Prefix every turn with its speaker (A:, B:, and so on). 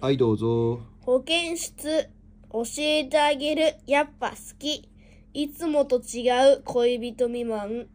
A: はい、どうぞ。
B: 保健室教えてあげるやっぱ好きいつもと違う恋人未満